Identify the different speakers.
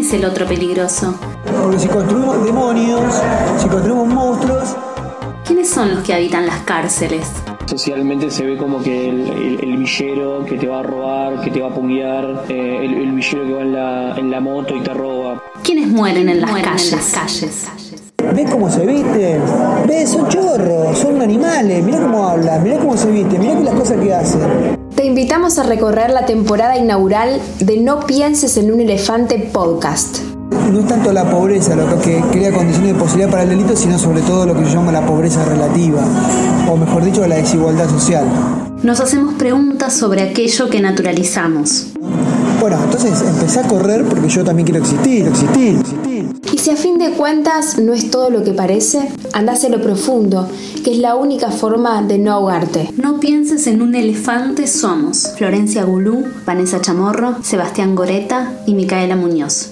Speaker 1: es el otro peligroso?
Speaker 2: Porque si construimos demonios, si construimos monstruos,
Speaker 1: ¿Quiénes son los que habitan las cárceles?
Speaker 3: Socialmente se ve como que el, el- el villero que te va a robar, que te va a punguear, eh, el, el villero que va en la, en la moto y te roba.
Speaker 1: ¿Quiénes mueren en las,
Speaker 4: Mueren en
Speaker 1: calles?
Speaker 4: las
Speaker 2: ¿ves cómo se visten? ¿Ves? Son chorros, son animales, mirá cómo hablan, mirá cómo se visten, mirá que las cosas que hacen.
Speaker 5: Te invitamos a recorrer la temporada inaugural de No pienses en un elefante podcast.
Speaker 2: No es tanto la pobreza lo que crea condiciones de posibilidad para el delito, sino sobre todo lo que yo llamo la pobreza relativa, o mejor dicho, la desigualdad social.
Speaker 1: Nos hacemos preguntas sobre aquello que naturalizamos.
Speaker 2: Bueno, entonces empecé a correr porque yo también quiero existir, existir, existir.
Speaker 5: Y si a fin de cuentas no es todo lo que parece, andás a lo profundo, que es la única forma de no ahogarte.
Speaker 1: No pienses en un elefante somos Florencia Gulú, Vanessa Chamorro, Sebastián Goreta y Micaela Muñoz.